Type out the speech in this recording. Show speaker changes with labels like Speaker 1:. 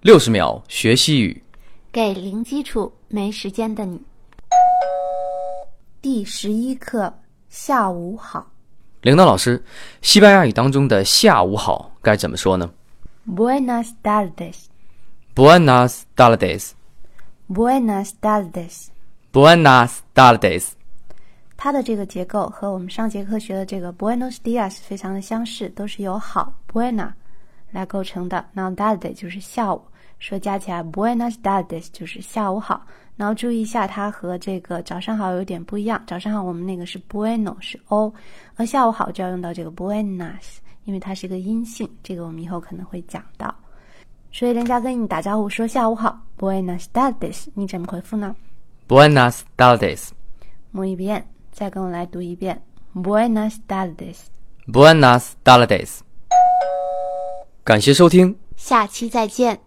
Speaker 1: 六十秒学西语。
Speaker 2: 给零基础没时间的你。
Speaker 3: 第十一课，下午好
Speaker 1: 铃铛老师，西班牙语当中的“下午好”该怎么说呢
Speaker 3: ，Buenas tardes，Buenas
Speaker 1: ？Buenas tardes，Buenas
Speaker 3: tardes。
Speaker 1: tardes。
Speaker 3: 它的这个结构和我们上节课学的这个 Buenos dias 非常的相似，都是由好 Buena 来构成的。Now tarde 就是下午，说加起来 Buenas tardes 就是下午好。然后注意一下，它和这个早上好有点不一样。早上好我们那个是 Bueno 是 o，而下午好就要用到这个 Buenas，因为它是一个阴性，这个我们以后可能会讲到。所以人家跟你打招呼说下午好 Buenas tardes，你怎么回复呢？
Speaker 1: Buenas tardes，Buenas
Speaker 3: Muy bien，再跟我来读一遍。Buenas tardes，
Speaker 1: tardes。感谢收听。
Speaker 2: 下期再见。